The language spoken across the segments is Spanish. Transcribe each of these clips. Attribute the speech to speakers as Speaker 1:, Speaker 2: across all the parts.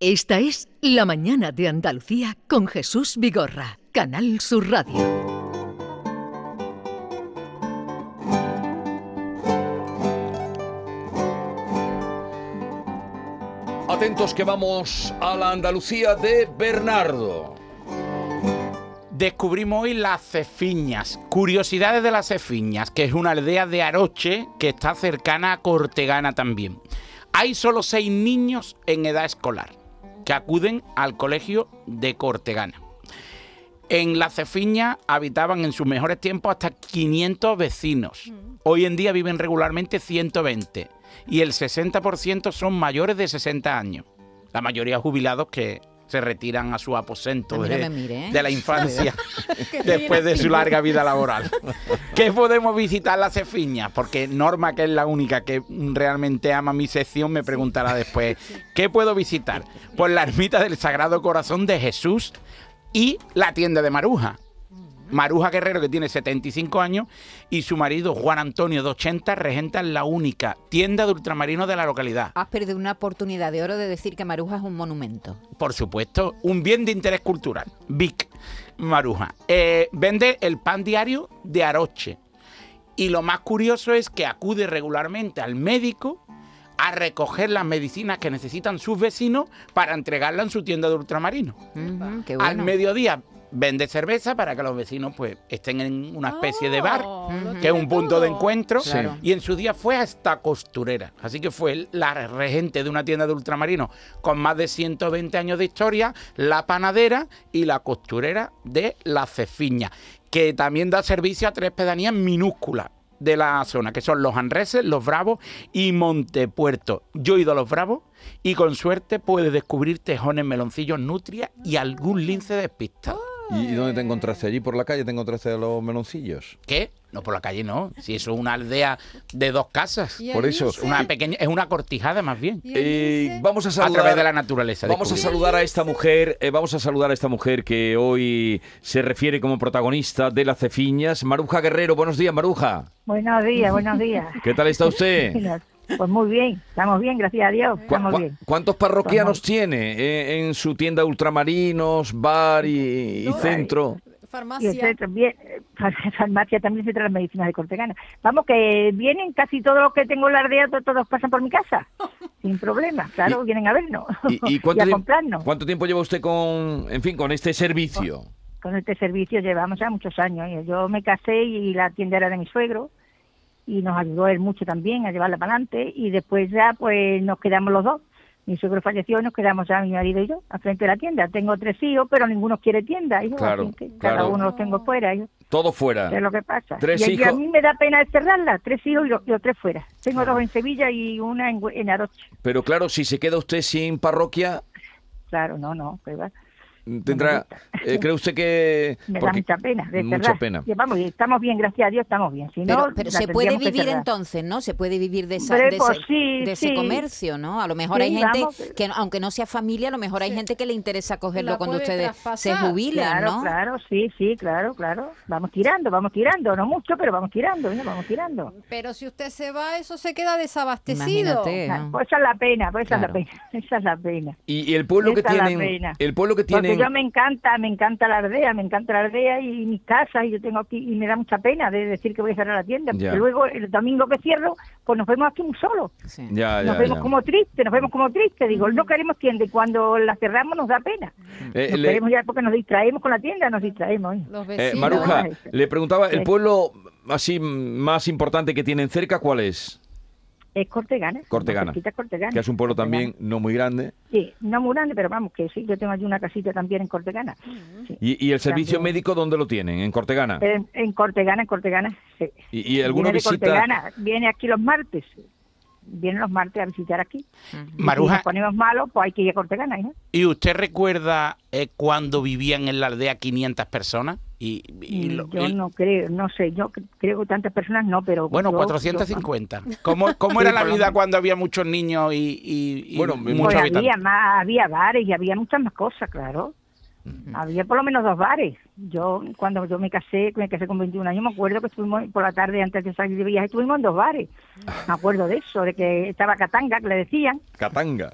Speaker 1: Esta es La Mañana de Andalucía con Jesús Vigorra, Canal Sur Radio.
Speaker 2: Atentos que vamos a la Andalucía de Bernardo.
Speaker 3: Descubrimos hoy las Cefiñas, Curiosidades de las Cefiñas, que es una aldea de Aroche que está cercana a Cortegana también. Hay solo seis niños en edad escolar que acuden al colegio de Cortegana. En las Cefiñas habitaban en sus mejores tiempos hasta 500 vecinos.
Speaker 4: Mm.
Speaker 3: Hoy en día viven regularmente 120 y el 60% son mayores de 60 años. La mayoría jubilados que se retiran a su aposento
Speaker 4: A mí no
Speaker 3: de,
Speaker 4: me mire, ¿eh?
Speaker 3: de la infancia después de su larga vida laboral. ¿Qué podemos visitar las cefiñas? Porque Norma, que es la única que realmente ama mi sección, me preguntará después, ¿qué puedo visitar? Pues la ermita del Sagrado Corazón de Jesús y la tienda de Maruja. Maruja Guerrero, que tiene 75 años, y su marido Juan Antonio, de 80, regentan la única tienda de ultramarinos de la localidad.
Speaker 4: Has perdido una oportunidad de oro de decir que Maruja es un monumento.
Speaker 3: Por supuesto, un bien de interés cultural. Vic Maruja. Eh, vende el pan diario de Aroche. Y lo más curioso es que acude regularmente al médico a recoger las medicinas que necesitan sus vecinos para entregarlas en su tienda de ultramarinos.
Speaker 4: Ujú, qué
Speaker 3: Al
Speaker 4: bueno.
Speaker 3: mediodía vende cerveza para que los vecinos pues estén en una especie de bar,
Speaker 4: Oh.
Speaker 3: que es un punto de encuentro.
Speaker 4: Sí. Claro.
Speaker 3: Y en su día fue hasta costurera. Así que fue la regente de una tienda de ultramarinos con más de 120 años de historia, la panadera y la costurera de la Cefiña, que también da servicio a tres pedanías minúsculas de la zona, que son los Anreses, los Bravos y Montepuerto. Yo he ido a los Bravos y con suerte puedes descubrir tejones, meloncillos, nutria y algún lince despistado.
Speaker 2: ¿Y y dónde te encontraste? ¿Allí por la calle te encontraste a los meloncillos?
Speaker 3: ¿Qué? No por la calle, no. Si eso es una aldea de dos casas.
Speaker 5: Y
Speaker 2: Por
Speaker 5: el
Speaker 2: eso,
Speaker 5: lince,
Speaker 3: Pues Una pequeña, es una cortijada más bien.
Speaker 5: y el
Speaker 2: Eh,
Speaker 5: lince.
Speaker 2: vamos a
Speaker 3: A
Speaker 2: saludar
Speaker 3: través de la naturaleza.
Speaker 2: Vamos a
Speaker 3: descubrí.
Speaker 2: saludar a esta mujer, eh, vamos a saludar a esta mujer que hoy se refiere como protagonista de las cefiñas, Maruja Guerrero. Buenos días, Maruja.
Speaker 6: Buenos días, buenos días.
Speaker 2: ¿Qué tal está usted?
Speaker 6: Pues muy bien, estamos bien, gracias a Dios,
Speaker 2: ¿Cu-
Speaker 6: estamos
Speaker 2: cu-
Speaker 6: bien.
Speaker 2: ¿Cuántos parroquianos tiene eh, en su tienda ultramarinos, bar y, y
Speaker 5: No,
Speaker 2: centro?
Speaker 6: Y el
Speaker 5: Farmacia.
Speaker 6: centro, bien, eh, far- farmacia también se trae las medicinas de Cortegana. Vamos, que vienen casi todos los que tengo en la aldea, to- todos pasan por mi casa, sin problema, claro,
Speaker 2: Y-
Speaker 6: vienen a vernos
Speaker 2: ¿Y, y
Speaker 6: a
Speaker 2: cuánto, tiemp-
Speaker 6: comprarnos.
Speaker 2: cuánto tiempo lleva usted con, en fin, con este servicio?
Speaker 6: Con este servicio llevamos ya muchos años. ¿eh? Yo me casé y la tienda era de mi suegro y nos ayudó él mucho también a llevarla para adelante y después ya pues nos quedamos los dos. Mi suegro falleció y nos quedamos ya mi marido y yo al frente de la tienda. Tengo tres hijos, pero ninguno quiere tienda. hijo,
Speaker 2: Claro,
Speaker 6: así que Cada
Speaker 2: claro.
Speaker 6: uno los tengo fuera. hijo.
Speaker 2: Todo
Speaker 6: Eso es
Speaker 2: fuera.
Speaker 6: lo que pasa.
Speaker 2: Tres
Speaker 6: y allí a
Speaker 2: hijos.
Speaker 6: mí me da pena cerrarla. Tres hijos y los, y los tres fuera. Tengo dos en Sevilla y una en, Hue- en Aroche.
Speaker 2: Pero claro, si se queda usted sin parroquia,
Speaker 6: Claro, no, no. que va.
Speaker 2: tendrá... eh, ¿Cree usted que...?
Speaker 6: Me da
Speaker 2: porque-
Speaker 6: mucha pena. De
Speaker 2: mucha
Speaker 6: cerrar.
Speaker 2: pena.
Speaker 6: Y vamos, y estamos bien, gracias a Dios, estamos bien. Si
Speaker 4: Pero,
Speaker 6: no,
Speaker 4: pero
Speaker 6: la
Speaker 4: se puede
Speaker 6: tendríamos que
Speaker 4: vivir
Speaker 6: cerrar.
Speaker 4: entonces, ¿no? Se puede vivir de, esa-
Speaker 6: Hombre,
Speaker 4: de
Speaker 6: pues
Speaker 4: ese,
Speaker 6: sí,
Speaker 4: de ese
Speaker 6: sí.
Speaker 4: comercio, ¿no? A lo mejor
Speaker 6: Sí,
Speaker 4: hay gente
Speaker 6: vamos, pero-
Speaker 4: que, aunque no sea familia, a lo mejor hay
Speaker 5: Sí.
Speaker 4: gente que le interesa cogerlo
Speaker 5: La
Speaker 4: cuando
Speaker 5: puede
Speaker 4: ustedes se
Speaker 5: traspasar.
Speaker 4: jubilen,
Speaker 6: Claro,
Speaker 4: ¿no?
Speaker 6: claro, sí, sí, claro, claro. Vamos tirando, vamos tirando, no mucho, pero vamos tirando, mira, vamos tirando.
Speaker 5: Pero si usted se va, eso se queda desabastecido.
Speaker 4: Imagínate.
Speaker 6: Ah,
Speaker 4: ¿no?
Speaker 6: Pues esa es la pena, pues esa
Speaker 4: Claro.
Speaker 6: es la pena, esa es la pena.
Speaker 2: Y, y el pueblo que
Speaker 6: Esa es la
Speaker 2: tienen...
Speaker 6: pena.
Speaker 2: El pueblo que
Speaker 6: Porque
Speaker 2: tienen...
Speaker 6: yo me encanta, me encanta la aldea, me encanta la aldea y mis casas, y yo tengo aquí, y me da mucha pena de decir que voy a cerrar la tienda,
Speaker 2: Ya.
Speaker 6: porque luego el domingo que cierro, pues nos vemos aquí un solo.
Speaker 4: Sí.
Speaker 2: Ah, Ya,
Speaker 6: Nos
Speaker 2: ya,
Speaker 6: vemos
Speaker 2: ya.
Speaker 6: como tristes, nos vemos como tristes, digo,
Speaker 4: Mm.
Speaker 6: no queremos tienda y cuando la cerramos nos da pena.
Speaker 2: Eh,
Speaker 6: Nos
Speaker 2: le-
Speaker 6: queremos ya porque nos distraemos con la tienda, nos distraemos. ¿eh?
Speaker 5: Los
Speaker 2: eh,
Speaker 5: vecinos.
Speaker 2: Maruja,
Speaker 6: Sí.
Speaker 2: le preguntaba, ¿el
Speaker 6: Sí.
Speaker 2: pueblo así más importante que tienen cerca cuál es?
Speaker 6: Es Cortegana.
Speaker 2: Cortegana.
Speaker 6: cerquita es Cortegana.
Speaker 2: Que es un pueblo
Speaker 6: Cortegana.
Speaker 2: también no muy grande.
Speaker 6: Sí, no muy grande, pero vamos, que sí, yo tengo allí una casita también en Cortegana.
Speaker 3: Ah.
Speaker 6: Sí.
Speaker 2: ¿Y, y el servicio
Speaker 6: También. Eh.
Speaker 2: médico dónde lo tienen? ¿En Cortegana?
Speaker 6: Pero En, en Cortegana, en Cortegana, sí.
Speaker 2: ¿Y, y alguno
Speaker 6: viene de
Speaker 2: visita...?
Speaker 6: Cortegana, viene aquí los martes. Vienen los martes a visitar aquí. Y si
Speaker 3: Maruja,
Speaker 6: nos ponemos malos, pues hay que ir a Cortegana, ¿eh?
Speaker 3: ¿y usted recuerda eh, cuando vivían en la aldea 500 personas? Y, y lo-
Speaker 6: Mm, yo
Speaker 3: el-
Speaker 6: no creo, no sé, yo cre- creo que tantas personas no, pero...
Speaker 3: Bueno,
Speaker 6: yo-
Speaker 3: 450. ¿Cómo, cómo era la vida cuando había muchos niños y, y- y
Speaker 2: Bueno,
Speaker 3: muchos
Speaker 6: yo- pues había,
Speaker 3: habitantes?
Speaker 6: más, había bares y había muchas más cosas, claro. Había por lo menos dos bares. Yo, cuando yo me casé, me casé con 21 años, me acuerdo que estuvimos por la tarde antes de salir de viaje, estuvimos en dos bares. Me acuerdo de eso, de que estaba Catanga, que le decían,
Speaker 2: Catanga.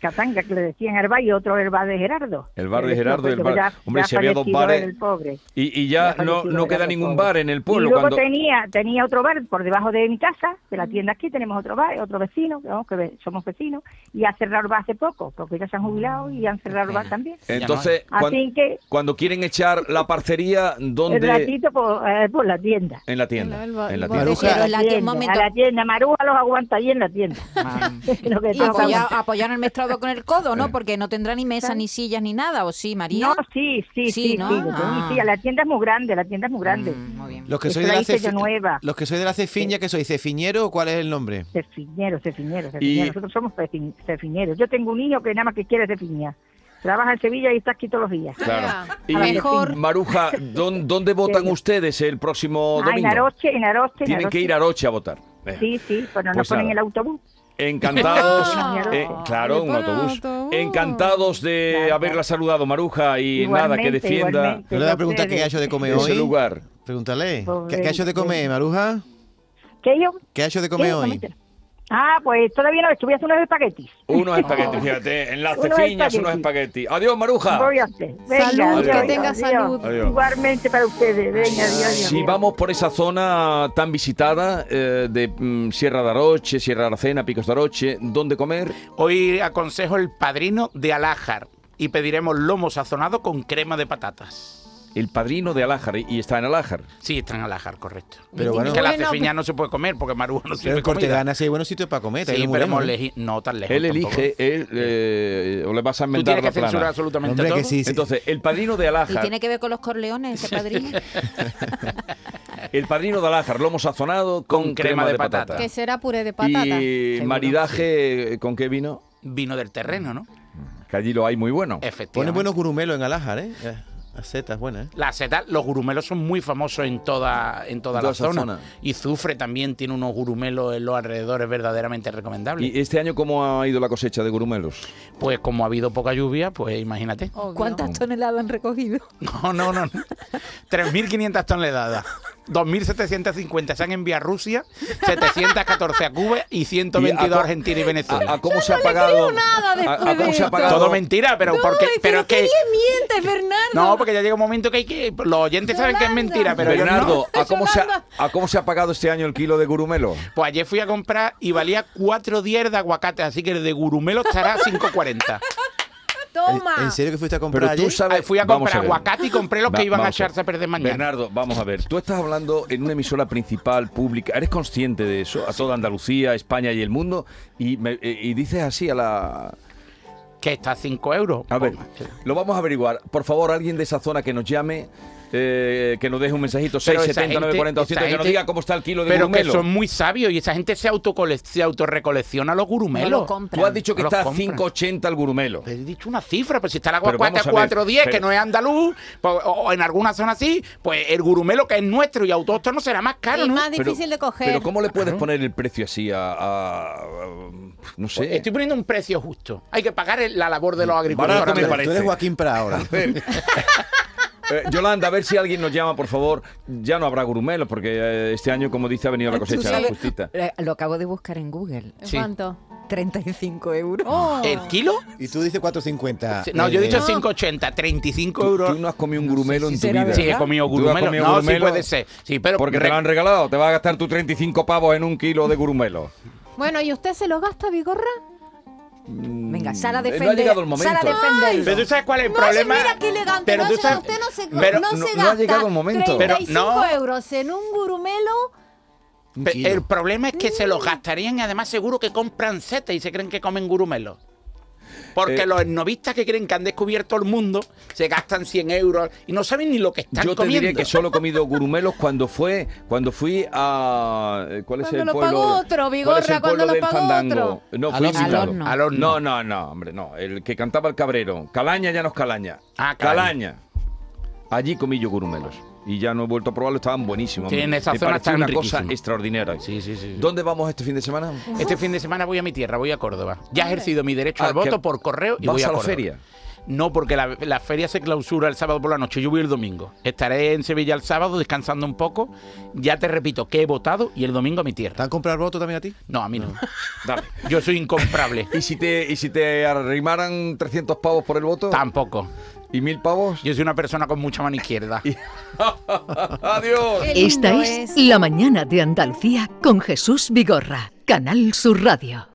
Speaker 6: Catanga, que le decían Herba, y otro Herba de Gerardo.
Speaker 2: El bar de
Speaker 6: Después,
Speaker 2: Gerardo y el
Speaker 6: pero
Speaker 2: bar-
Speaker 6: ya-
Speaker 2: hombre,
Speaker 6: ya
Speaker 2: si había dos
Speaker 6: fallecido
Speaker 2: bares-
Speaker 6: era el pobre.
Speaker 2: Y, y ya
Speaker 6: Ya
Speaker 2: no,
Speaker 6: fallecido
Speaker 2: no
Speaker 6: era
Speaker 2: queda
Speaker 6: el
Speaker 2: ningún
Speaker 6: pobre.
Speaker 2: bar en el
Speaker 6: y
Speaker 2: pueblo.
Speaker 6: luego
Speaker 2: Cuando...
Speaker 6: tenía, tenía otro bar por debajo de mi casa, de la tienda aquí, tenemos otro bar, otro vecino, que, vamos, que ve- somos vecinos, y ha cerrado el bar hace poco, porque ya se han jubilado y han cerrado el bar
Speaker 2: Mm.
Speaker 3: pena.
Speaker 6: también.
Speaker 2: Eh, Entonces,
Speaker 6: Ya no hay. Ah,
Speaker 2: cuan-
Speaker 6: Así que-
Speaker 2: cuando quieren echar la parcería,
Speaker 6: El
Speaker 2: ¿dónde?
Speaker 6: ratito por, eh, por la tienda.
Speaker 2: En la tienda.
Speaker 5: El- el-
Speaker 2: En la
Speaker 5: el
Speaker 2: tienda.
Speaker 5: botellero.
Speaker 4: Pero
Speaker 6: A
Speaker 4: en la-
Speaker 6: la
Speaker 4: en un
Speaker 6: tienda,
Speaker 4: momento-
Speaker 6: a la tienda. Maruja los aguanta ahí en la tienda.
Speaker 2: Ah.
Speaker 6: Lo que
Speaker 4: Y
Speaker 6: toca.
Speaker 4: apoya- apoyaron el mestrado con el codo, ¿no? Porque no tendrá ni mesa, ni sillas, ni nada, ¿o sí, María?
Speaker 6: No, sí, sí, sí,
Speaker 4: Sí,
Speaker 6: sí,
Speaker 4: ¿no?
Speaker 6: lo tengo,
Speaker 4: Ah.
Speaker 6: sí, la tienda es muy grande, la tienda es muy grande.
Speaker 4: Mm, Muy bien.
Speaker 7: Los que
Speaker 6: Eso
Speaker 7: soy de
Speaker 6: la
Speaker 7: la
Speaker 6: hice yo
Speaker 7: cefi-
Speaker 6: nueva.
Speaker 7: Los que soy de la cefiña, que soy cefiñero, ¿o ¿cuál es el nombre?
Speaker 6: Cefiñeros, cefiñeros,
Speaker 2: Y-
Speaker 6: cefiñeros. Nosotros somos cefi- cefiñeros. Yo tengo un niño que nada más que quiere cefiñar. Trabaja en Sevilla y está aquí todos los días.
Speaker 2: Claro.
Speaker 5: Ya, mejor.
Speaker 2: Maruja, ¿dón- ¿dónde votan
Speaker 6: Sí.
Speaker 2: ustedes el próximo
Speaker 6: Ah, en
Speaker 2: domingo?
Speaker 6: Aroche, en Aroche, en
Speaker 2: Tienen que
Speaker 6: Aroche.
Speaker 2: ir a Aroche a votar. Venga.
Speaker 6: Sí, sí, pero nos
Speaker 2: Pues
Speaker 6: ponen
Speaker 2: nada.
Speaker 6: el autobús.
Speaker 2: Encantados,
Speaker 6: Ah,
Speaker 2: eh,
Speaker 5: le
Speaker 2: claro, un
Speaker 5: ponen
Speaker 2: autobús.
Speaker 5: autobús.
Speaker 2: Encantados de
Speaker 6: Nada.
Speaker 2: haberla saludado, Maruja, y nada, que
Speaker 6: Igualmente,
Speaker 2: defienda
Speaker 6: igualmente.
Speaker 7: No le voy a preguntar qué ha hecho de comer
Speaker 2: ese
Speaker 7: hoy.
Speaker 2: lugar.
Speaker 7: Pregúntale.
Speaker 6: Pobre
Speaker 7: ¿Qué, qué ha hecho de comer,
Speaker 6: Dios.
Speaker 7: Maruja?
Speaker 6: ¿Qué yo?
Speaker 7: ¿Qué ha hecho de comer
Speaker 6: ¿Qué?
Speaker 7: hoy?
Speaker 6: Ah, pues todavía no, estuve haciendo unos espaguetis.
Speaker 2: Unos espaguetis, fíjate, en las
Speaker 6: Unos
Speaker 2: cefiñas, unos
Speaker 6: espaguetis.
Speaker 2: espaguetis. Adiós, Maruja.
Speaker 6: Voy a hacer. Venga,
Speaker 5: Salud,
Speaker 2: que
Speaker 6: adiós,
Speaker 5: tenga
Speaker 6: adiós.
Speaker 5: salud.
Speaker 2: Ah. Adiós.
Speaker 6: Igualmente para ustedes. Venga, adiós, adiós.
Speaker 2: Si
Speaker 6: adiós.
Speaker 2: vamos por esa zona tan visitada eh, de mm, Sierra de Aroche, Sierra de Aracena, Picos de Aroche, ¿dónde comer?
Speaker 3: Hoy aconsejo el padrino de Alájar y pediremos lomo sazonado con crema de patatas.
Speaker 2: El padrino de Alájar, y- y está en Alájar.
Speaker 3: Sí, está en Alájar, correcto.
Speaker 7: Pero bueno,
Speaker 3: Es que la
Speaker 5: Bueno,
Speaker 3: cefiña no se puede comer porque Maruja no
Speaker 7: pero
Speaker 3: sirve
Speaker 7: en Cortegana
Speaker 3: comida.
Speaker 7: sí hay buenos sitios para comer.
Speaker 3: Sí, pero hemos elegido... No, tan lejos
Speaker 2: Él
Speaker 3: tampoco.
Speaker 2: elige, él, eh, o le vas a
Speaker 3: Tú
Speaker 2: inventar
Speaker 3: tienes
Speaker 2: la
Speaker 3: que censurar
Speaker 2: plana.
Speaker 3: absolutamente
Speaker 7: Hombre,
Speaker 3: todo.
Speaker 7: que sí, sí.
Speaker 2: Entonces, el padrino de
Speaker 4: ¿Y
Speaker 2: Alájar,
Speaker 4: tiene que ver con los Corleones, ese padrino?
Speaker 2: el padrino de Alájar, lomo sazonado con, crema, de, patata.
Speaker 5: Que será puré de patata.
Speaker 2: Y
Speaker 4: Seguro.
Speaker 2: maridaje, eh, ¿con qué vino?
Speaker 3: Vino del terreno, ¿no?
Speaker 2: Que allí lo hay muy bueno.
Speaker 3: Efectivamente.
Speaker 7: Pone buenos gurumelos en Alajar, ¿eh? Eh, Acetas buenas, ¿eh?
Speaker 3: La seta, los gurumelos son muy famosos en toda, en toda
Speaker 2: Toda
Speaker 3: la
Speaker 2: esa
Speaker 3: zona.
Speaker 2: zona.
Speaker 3: Y Zufre también tiene unos gurumelos en los alrededores verdaderamente recomendables.
Speaker 2: ¿Y este año cómo ha ido la cosecha de gurumelos?
Speaker 3: Pues como ha habido poca lluvia, pues imagínate.
Speaker 5: Obvio.
Speaker 4: ¿Cuántas toneladas han recogido?
Speaker 3: No, no, no. no. 3.500 toneladas. 2.750 se han enviado a Rusia, 714 a Cuba y 122 a
Speaker 2: co-
Speaker 3: Argentina y
Speaker 2: ¿A,
Speaker 3: Venezuela.
Speaker 2: a cómo se ha pagado?
Speaker 5: nada
Speaker 2: a- a
Speaker 5: después
Speaker 2: cómo
Speaker 5: de
Speaker 2: se ha
Speaker 5: esto.
Speaker 2: pagado?
Speaker 3: Todo mentira, pero porque
Speaker 5: Ay,
Speaker 3: pero
Speaker 5: ¿qué
Speaker 3: que
Speaker 5: le mientes, Bernardo?
Speaker 3: no, porque ya llega un momento que hay que los oyentes saben que es
Speaker 5: Yolanda.
Speaker 3: mentira, pero ellos no.
Speaker 2: Bernardo, ¿a, cómo se ha,
Speaker 5: Yolanda.
Speaker 2: a cómo se ha pagado este año el kilo de gurumelo?
Speaker 3: Pues ayer fui a comprar y valía 4 días de aguacate, así que el de gurumelo estará a 5.40.
Speaker 5: Toma.
Speaker 7: ¿En serio que fuiste a comprar
Speaker 2: Pero tú
Speaker 7: ayer?
Speaker 2: sabes...
Speaker 3: Ay, fui a
Speaker 2: vamos
Speaker 3: comprar
Speaker 2: ver.
Speaker 3: aguacate y compré los que
Speaker 2: Va-
Speaker 3: iban a
Speaker 2: vamos
Speaker 3: echarse a perder mañana.
Speaker 2: Bernardo, vamos a ver. Tú estás hablando en una emisora principal, pública. ¿Eres consciente de eso? A toda Andalucía, España y el mundo. Y, me- eh, y dices así a la...
Speaker 3: Que está a 5 euros.
Speaker 2: A ver, lo vamos a averiguar. Por favor, alguien de esa zona que nos llame, eh, que nos deje un mensajito
Speaker 3: Pero esa
Speaker 2: 670
Speaker 3: gente-
Speaker 2: 940
Speaker 3: esa
Speaker 2: 200, que nos
Speaker 3: gente-
Speaker 2: diga cómo está el kilo de
Speaker 3: Pero que
Speaker 2: gurumelo.
Speaker 3: son muy sabios y esa gente se autocole- se autorrecolecciona los
Speaker 4: No
Speaker 3: gurumelos.
Speaker 4: lo compran.
Speaker 2: Tú has dicho que
Speaker 3: Los
Speaker 2: está a
Speaker 3: compran.
Speaker 2: 580 el gurumelo.
Speaker 3: Pero he dicho una cifra, pues si está el
Speaker 2: Pero
Speaker 3: aguacate a
Speaker 2: vamos a ver,
Speaker 3: 410, que
Speaker 2: pero-
Speaker 3: no es andaluz, pues, o, o en alguna zona así, pues el gurumelo que es nuestro y autóctono será más caro,
Speaker 5: y
Speaker 3: ¿no?
Speaker 5: más
Speaker 2: Pero-
Speaker 5: difícil de coger.
Speaker 2: Pero ¿cómo le puedes
Speaker 3: Claro.
Speaker 2: poner el precio así a... a- a- no sé.
Speaker 3: Pues Estoy poniendo un precio justo. Hay que pagar el- la labor de los agricultores.
Speaker 2: Barato me
Speaker 7: Tú
Speaker 3: Andrés.
Speaker 2: parece.
Speaker 7: eres Joaquín para ahora.
Speaker 2: Eh, Yolanda, a ver si alguien nos llama, por favor. Ya no habrá gurumelo, porque eh, este año, como dice, ha venido la
Speaker 4: Tú
Speaker 2: cosecha
Speaker 4: sabes-
Speaker 2: justita.
Speaker 4: Eh, Lo acabo de buscar en Google.
Speaker 5: ¿En
Speaker 3: Sí.
Speaker 5: ¿Cuánto?
Speaker 4: 35 euros.
Speaker 5: Oh.
Speaker 3: ¿El kilo?
Speaker 7: Y tú dices 4.50.
Speaker 3: Sí, No, yo he dicho
Speaker 7: Eh,
Speaker 3: 5,80, 35
Speaker 2: Ah, Tú,
Speaker 3: euros.
Speaker 2: tú no has comido un gurumelo
Speaker 4: si
Speaker 2: en tu
Speaker 4: será
Speaker 2: vida.
Speaker 3: Sí, he
Speaker 4: ¿verdad?
Speaker 2: ¿Tú
Speaker 3: comido
Speaker 2: has
Speaker 3: gurumelo.
Speaker 2: comido
Speaker 3: no, sí
Speaker 2: gurumelo?
Speaker 3: puede ser. Sí, pero
Speaker 2: Porque te
Speaker 3: re-
Speaker 2: lo han regalado, te vas a gastar tus 35 pavos en un kilo de gurumelo.
Speaker 5: Bueno, ¿y usted se los gasta, Bigorra?
Speaker 4: Venga, Sara
Speaker 2: Mm, eh, No ha
Speaker 4: defende.
Speaker 2: llegado el momento.
Speaker 4: Sara defenderlo.
Speaker 3: Pero tú sabes cuál es el
Speaker 5: No,
Speaker 3: problema.
Speaker 5: se mira qué elegante.
Speaker 3: Pero
Speaker 5: no
Speaker 3: tú
Speaker 5: se-
Speaker 3: sabes-
Speaker 5: usted no se,
Speaker 3: pero
Speaker 5: no,
Speaker 2: no-
Speaker 5: se
Speaker 2: no ha
Speaker 5: gasta
Speaker 2: llegado el momento. Pero
Speaker 5: 35
Speaker 3: no.
Speaker 5: euros en un gurumelo.
Speaker 7: un
Speaker 3: pe-
Speaker 7: kilo.
Speaker 3: el problema es que se los gastarían y además seguro que compran setas y se creen que comen gurumelo. Porque
Speaker 2: Eh,
Speaker 3: los novistas que creen que han descubierto el mundo se gastan 100 euros y no saben ni lo que están
Speaker 2: Yo te
Speaker 3: comiendo.
Speaker 2: diré que solo he comido gurumelos cuando fue, cuando fui a eh, ¿cuál es
Speaker 5: Cuando
Speaker 2: el
Speaker 5: lo
Speaker 2: pueblo?
Speaker 5: pagó otro,
Speaker 2: ¿Cuál es
Speaker 5: Vigorra,
Speaker 2: el
Speaker 5: cuando
Speaker 2: pueblo
Speaker 5: lo
Speaker 2: del
Speaker 5: pagó
Speaker 2: fandango?
Speaker 5: otro.
Speaker 2: No,
Speaker 3: Al
Speaker 2: fui
Speaker 3: horno.
Speaker 2: invitado.
Speaker 4: Al horno.
Speaker 3: Al horno.
Speaker 2: No, no, no, hombre, no. El que cantaba el cabrero. Calaña ya no es calaña.
Speaker 3: Ah,
Speaker 2: calaña. Allí comí yo gurumelos. Y ya no he vuelto a probarlo, estaban buenísimos.
Speaker 3: Sí, en esa
Speaker 2: Me
Speaker 3: zona
Speaker 2: pareció
Speaker 3: están
Speaker 2: una cosa
Speaker 3: riquísimos.
Speaker 2: extraordinaria.
Speaker 3: Sí, sí, sí. sí.
Speaker 2: ¿Dónde vamos este fin de semana?
Speaker 3: Este fin de semana voy a mi tierra, voy a Córdoba. Ya he
Speaker 5: Hombre.
Speaker 3: ejercido mi derecho
Speaker 2: Ah,
Speaker 3: al
Speaker 2: que
Speaker 3: voto por correo y
Speaker 2: ¿Vas
Speaker 3: voy a,
Speaker 2: a la
Speaker 3: Córdoba.
Speaker 2: feria?
Speaker 3: No, porque la, la feria se clausura el sábado por la noche. Yo voy el domingo. Estaré en Sevilla el sábado descansando un poco. Ya te repito que he votado y el domingo a mi
Speaker 7: ¿Te
Speaker 3: tierra.
Speaker 7: han comprado el voto también a ti?
Speaker 3: No, a mí no.
Speaker 2: Dale.
Speaker 3: Yo soy incomprable.
Speaker 2: ¿Y si, te, ¿Y si te arrimaran 300 pavos por el voto?
Speaker 3: Tampoco.
Speaker 2: ¿Y 1000 pavos?
Speaker 3: Yo soy una persona con mucha mano izquierda.
Speaker 2: ¡Adiós!
Speaker 5: Qué lindo
Speaker 1: Esta es La Mañana de Andalucía con Jesús Vigorra, Canal Sur Radio.